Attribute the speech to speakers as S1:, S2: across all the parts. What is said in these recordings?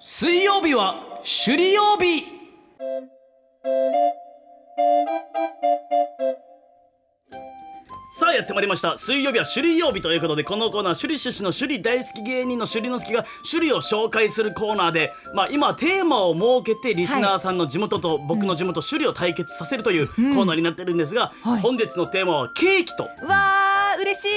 S1: 水曜日は首里曜日さあやってまいりました水曜日は首里曜日ということでこのコーナー首里出身の首里大好き芸人の首里之助が首里を紹介するコーナーで、まあ、今テーマを設けてリスナーさんの地元と僕の地元首里を対決させるというコーナーになってるんですが、
S2: はい
S1: 本日のテーマはケーキと
S2: わー嬉し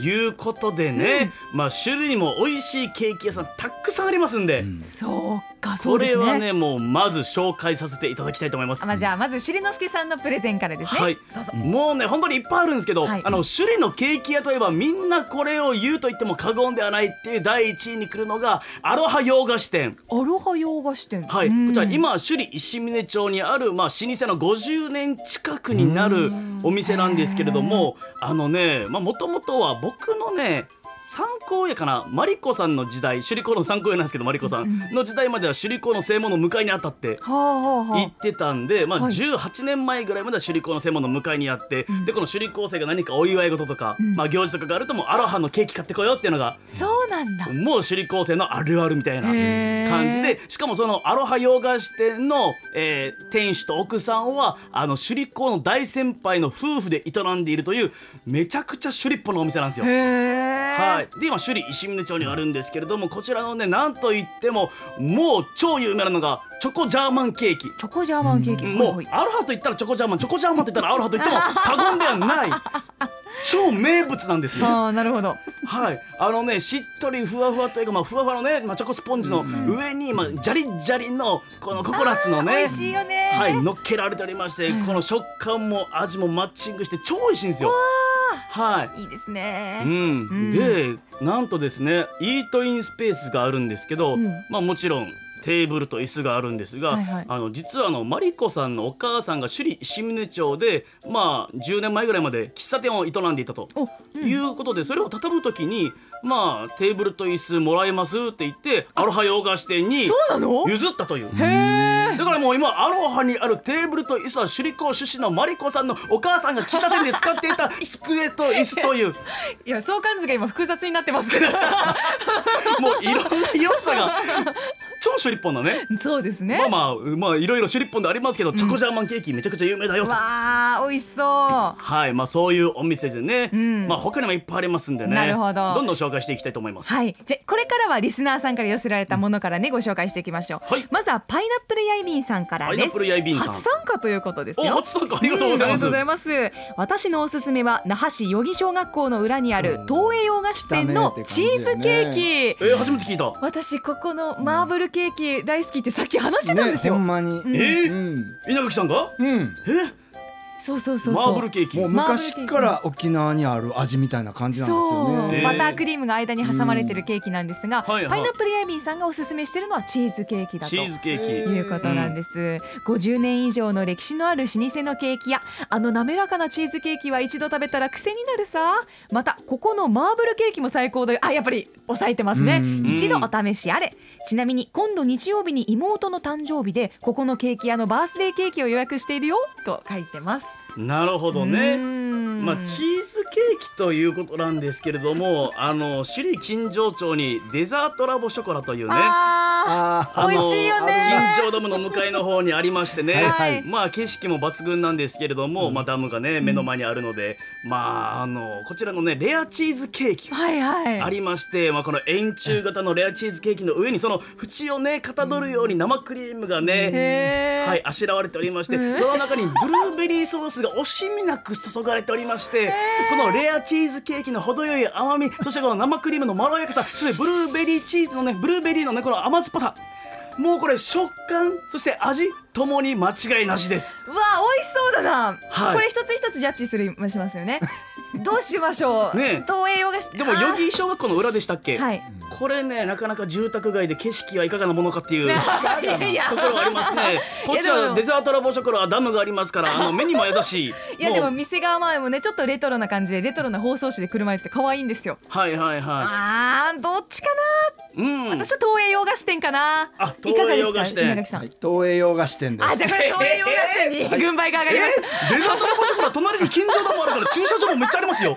S1: いうことでね、まあ種類も美味しいケーキ屋さんたくさんありますんで、
S2: いそうかそ
S1: そう
S2: で
S1: れ
S2: すね
S1: はねもうまず紹介させていただきたいと思います。
S2: あまあじゃあまずしりのすけさんのプレゼンからですね、
S1: はい
S2: どうぞ、
S1: もうね本当にいっぱいあるんですけど、
S2: はい
S1: あの首里のケーキ屋といえばみんなこれを言うと言っても過言ではないっていう第1位に来るのがアロハ洋菓子店
S2: アロハ洋菓子店
S1: はい、
S2: うん
S1: こちら今首里石峰町にある、まあ、老舗の50年近くになるお店なんですけれどもあのねもともとは僕のね参考やかなマリコさんの時代首里港の参考やなんですけどマリコさんの時代までは首里港の正門の向かいにあったって
S2: はあはあは
S1: 行ってたんで、まあ、
S2: はい
S1: 18年前ぐらいまでは首里校の専門の向かいにあって、でこの首里校生が何かお祝い事とか、まあ、行事とかがあるともうアロハのケーキ買ってこようっていうのが
S2: あそうなん
S1: も
S2: だ
S1: う首里校生のあるあるみたいな
S2: へー
S1: 感じでしかもそのアロハ洋菓子店の、えー店主と奥さんはあの首里校の大先輩の夫婦で営んでいるというめちゃくちゃ首里っぽのお店なんですよ
S2: へ。え、
S1: はい、で今首里石峰町にあるんですけれどもこちらのねなんといってももう超有名なのがチョコジャーマンケーキ。
S2: チョコジャーマンケーキ、
S1: も
S2: は
S1: う
S2: いはい
S1: アロハと言ったらチョコジャーマンチョコジャーマンと言ったらアロハと言っても過言ではない超名物なんですよ。
S2: あーなるほど
S1: はい、あのねしっとりふわふわというか、まあ、ふわふわのね、まあ、チョコスポンジの上に、まあ、ジャリジャリのこのココナッツの
S2: 美
S1: ね
S2: 味しいよね
S1: はい、乗っけられておりまして、この食感も味もマッチングして超美味しいんですよ。はい
S2: いいですね、
S1: うん
S2: うん
S1: でなんとですねイートインスペースがあるんですけど、
S2: うん
S1: まあ、もちろんテーブルと椅子があるんですが、
S2: はいはい
S1: あの実はあのマリコさんのお母さんが首里石峰町で、まあ、10年前ぐらいまで喫茶店を営んでいたと。
S2: お
S1: いうことでそれを畳む時にまあテーブルと椅子もらえますって言ってアロハ洋菓子店に
S2: そうなの
S1: 譲ったという
S2: へえ
S1: だからもう今アロハにあるテーブルと椅子は首里港出身のマリコさんのお母さんが喫茶店で使っていた机と椅子という
S2: いや相関図が今複雑になってま すけど
S1: もういろんな良さが 超首里っぽんだね。
S2: そうですね
S1: まあまあまあいろいろ首里っぽんでありますけど、チョコジャーマンケーキめちゃくちゃ有名だよと。
S2: わあ美味しそう
S1: はいまあそういうお店でね、
S2: ん
S1: まあ他にもいっぱいありますんでね。
S2: なるほど
S1: んどん紹介していきたいと思います。
S2: はい、じゃこれからはリスナーさんから寄せられたものからね、ご紹介していきましょう、
S1: はい
S2: まずはパイナップルヤイビンさんからです
S1: パイナップルヤイビンさん
S2: 初参加ということです
S1: お
S2: よ
S1: 初参加ありがとうございます。
S2: んありがとうございます私のおすすめは那覇市余木小学校の裏にある東映洋菓子店のチーズケーキ、
S1: えー初めて聞いた。
S2: 私ここのマーブルケーキ大好きってさっき話してたん
S3: ね
S2: ですよ、
S3: ほんまに、
S1: え
S3: う
S1: ー
S3: ん
S1: 稲垣さんが？
S3: うん、
S1: え
S2: そうそうそうそう
S1: マーブルケーキ。
S3: もう昔から沖縄にある味みたいな感じなんです
S2: そ
S3: よ
S2: う、
S1: へー
S3: ね。
S2: バタークリームが間に挟まれてるケーキなんですが、
S1: うんはいはい
S2: パイナップルヤイビンさんがおすすめしてるのはチーズケーキだと
S1: チーズケーキ。
S2: ということなんです、50年以上の歴史のある老舗のケーキ屋あの滑らかなチーズケーキは一度食べたら癖になるさまたここのマーブルケーキも最高だよあやっぱり抑えてますね
S3: うん
S2: 一度お試しあれちなみに今度日曜日に妹の誕生日でここのケーキ屋のバースデーケーキを予約しているよと書いてます
S1: なるほどね。ま
S2: ま
S1: あ、チーズケーキということなんですけれどもあの首里金城町にデザートラボショコラというね
S2: あ
S3: あ
S1: あの
S2: 美味しいよね
S1: 金城ダムの向かいの方にありましてね、
S3: はいはい
S1: まあ景色も抜群なんですけれども、まあダムがね目の前にあるので、まああのこちらのねレアチーズケーキ
S2: ーはいはい
S1: ありまして、まあ、この円柱型のレアチーズケーキの上にその縁をねかたどるように生クリームがね、
S2: へー
S1: はい、あしらわれておりまして、その中にブルーベリーソースが惜しみなく注がれておりまして、このレアチーズケーキの程よい甘みそしてこの生クリームのまろやかさそしてブルーベリーチーズのねブルーベリーのねこの甘酸っぱさもうこれ食感そして味ともに間違いなしです
S2: うわ美味しそうだな、
S1: はい
S2: これ一つ一つジャッジするしますよねどうしましょう、
S1: ねえ
S2: 東映洋菓子
S1: でも
S2: あー
S1: 余木小学校の裏でしたっけ、
S2: はい
S1: これねなかなか住宅街で景色はいかがなものかって いう。
S2: いやいや
S1: ところがあります ね。こっち
S2: いやで
S1: は
S2: も
S1: デザートラボショコラはダムがありますから、あの目にも優しい。
S2: いやでも
S1: う
S2: 店側もねちょっとレトロな感じでレトロな包装紙で車椅子で可愛いんですよ
S1: はいはいは
S2: あーどっちか
S1: い。うん。
S2: な私は東映洋菓子店かな
S1: あ
S2: いか
S1: 東映
S2: がで
S1: 洋
S2: す
S1: 菓
S2: か
S1: 子店
S2: 稲垣さん、
S3: はい東映洋菓子店です。
S2: あじゃあこれ東映洋菓子店に軍配が上が
S1: え
S2: りました、
S1: デザートラボショコラ隣に近所でもあるから駐車場もめっちゃありますよ。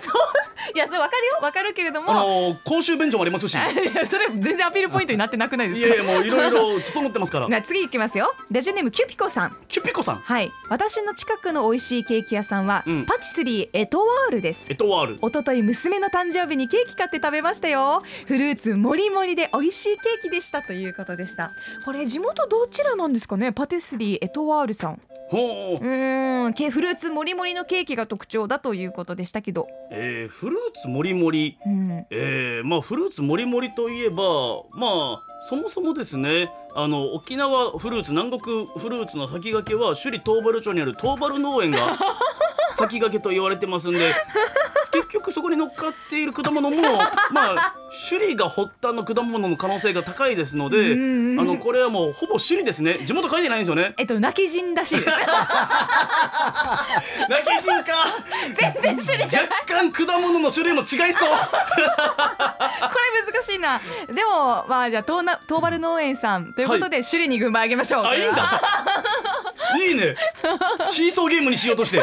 S2: いやそれわかるよわかるけれど
S1: あ
S2: も
S1: の公衆便所もありますしい
S2: いやそれ全然アピールポイントになってなくないですか
S1: やいやもういろい ろ整ってますから
S2: な次いきますよラジオネームキュピコさん
S1: キュピコさん
S2: はい私の近くの美味しいケーキ屋さんは、
S1: うん
S2: パティスリーエトワールです
S1: エトワール
S2: 一昨日娘の誕生日にケーキ買って食べましたよフルーツもりもりで美味しいケーキでしたということでしたこれ地元どちらなんですかねパティスリーエトワールさん
S1: ほう
S2: うーんケフルーツもりもりのケーキが特徴だということでしたけど
S1: えーフルーツもりもり
S2: うん
S1: えー、まあフルーツもりもりといえばまあそもそもですねあの沖縄フルーツ南国フルーツの先駆けは首里東原町にある東原農園 が先駆けと言われてますんで結局そこに乗っかっている果物もまあ首里が発端の果物の可能性が高いですのであ
S2: うんうんうん
S1: のこれはもうほぼ首里ですね地元書いてないんですよね
S2: えっと泣き 人らしいです
S1: 泣き人か
S2: 全然種類じゃない
S1: 若干果物の種類も違いそう
S2: これ難しいなでもまあじゃあ東な東原農園さんということで、首里に群馬あげましょう
S1: あいいんだいいねシーソーゲームにしようとして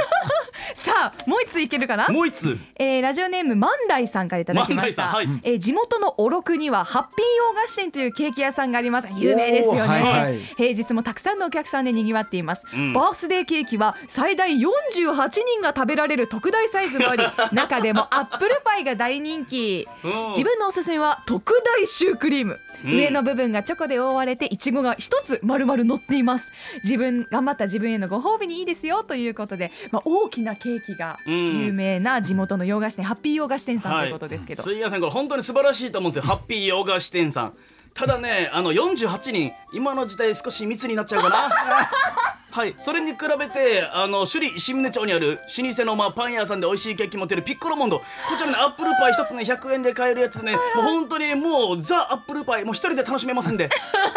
S2: さあもう一ついけるかな
S1: もう一つ
S2: えーラジオネーム万来さんからいただきました、
S1: 万来さんはい
S2: えー地元のおろくにはハッピー洋菓子店というケーキ屋さんがあります有名ですよね、
S3: おーはいはい
S2: 平日もたくさんのお客さんでにぎわっています、
S1: ん
S2: バースデーケーキは最大48人が食べられる特大サイ ズもあり中でもアップルパイが大人気
S1: うん
S2: 自分のおすすめは特大シュークリーム、
S1: うん
S2: 上の部分がチョコで覆われていちごが一つ丸々乗っています自分頑張った自分へのご褒美にいいですよということで、まあ、大きなケーキが
S1: うん
S2: 有名な地元の洋菓子店、ハッピー洋菓子店さんということですけど、
S1: はい、すいませんこれ本当に素晴らしいと思うんですよハッピー洋菓子店さんただねあの48人今の時代少し密になっちゃうか なはいそれに比べてあの首里石峰町にある老舗の、まあ、パン屋さんで美味しいケーキ持ってるピッコロモンドこちらねアップルパイ一つね100円で買えるやつねもう本当にもうザ・アップルパイもう一人で楽しめます んで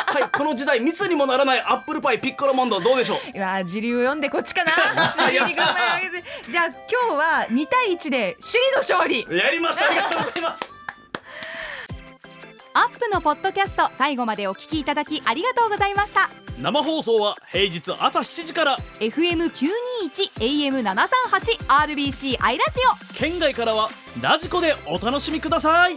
S1: はいこの時代密にもならないアップルパイピッコロモンドどうでしょう
S2: うわ時流を読んでこっ ちかな首里に頑張り上げてじゃあ今日は2対1で首里の勝利
S1: やりましたありがとうございます
S4: アップのポッドキャスト最後までお聞きいただきありがとうございました
S1: 生放送は平日朝7時から
S4: FM921 AM738 RBC アイラジオ
S1: 県外からはラジコでお楽しみください